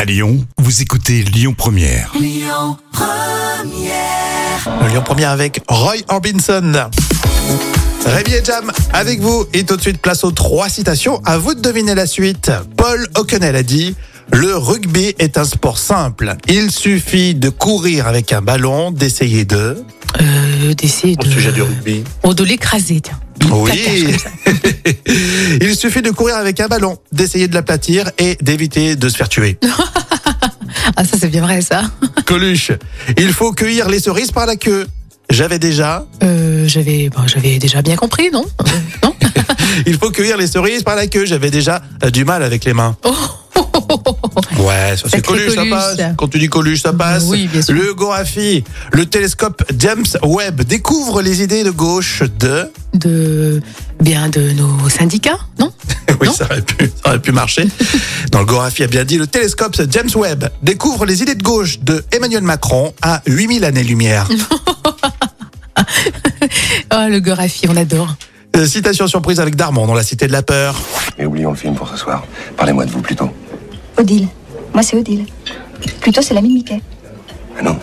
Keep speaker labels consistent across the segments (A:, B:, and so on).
A: À Lyon, vous écoutez Lyon Première.
B: Le Lyon Première avec Roy Orbison. Rémi et Jam avec vous et tout de suite place aux trois citations. À vous de deviner la suite. Paul O'Connell a dit le rugby est un sport simple. Il suffit de courir avec un ballon, d'essayer de.
C: Euh, d'essayer de.
B: rugby.
C: Oh, de l'écraser, tiens. Plaquage
B: Oui.
C: comme ça.
B: Il suffit de courir avec un ballon, d'essayer de l'aplatir et d'éviter de se faire tuer.
C: Ah, ça, c'est bien vrai, ça.
B: Coluche. Il faut cueillir les cerises par la queue. J'avais déjà.
C: Euh, j'avais, bon, j'avais déjà bien compris, non Euh, Non
B: Il faut cueillir les cerises par la queue. J'avais déjà euh, du mal avec les mains. Ouais, ça, c'est
C: Sacré
B: Coluche,
C: Oh. Coluche.
B: ça passe. Quand tu dis Coluche, ça passe.
C: Oui, bien sûr.
B: Le Gorafi, le télescope James Webb découvre les idées de gauche de.
C: De. Bien, de nos syndicats, non
B: Oui,
C: Non.
B: ça aurait pu, ça aurait pu marcher. Dans le Gorafi a bien dit, le télescope James Webb découvre les idées de gauche de Emmanuel Macron à 8000 années-lumière.
C: Ah, le Gorafi, on adore.
B: Euh, Citation surprise avec Darmon dans La Cité de la Peur.
D: Et oublions le film pour ce soir. Parlez-moi de vous plutôt.
E: Odile. Moi, c'est Odile. Plutôt, c'est l'ami de Mickey.
D: Ah non,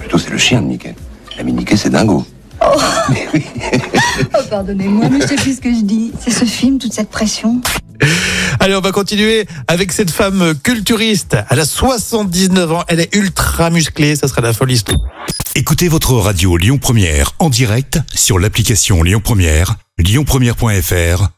D: plutôt c'est le chien de Mickey. L'ami de Mickey, c'est Dingo.
E: Oh, pardonnez-moi, mais je sais plus ce que je dis. C'est ce film, toute cette pression.
B: Allez, on va continuer avec cette femme culturiste. Elle a 79 ans, elle est ultra musclée, ça sera la folie.
A: Écoutez votre radio Lyon Première en direct sur l'application Lyon Première, lyonpremière.fr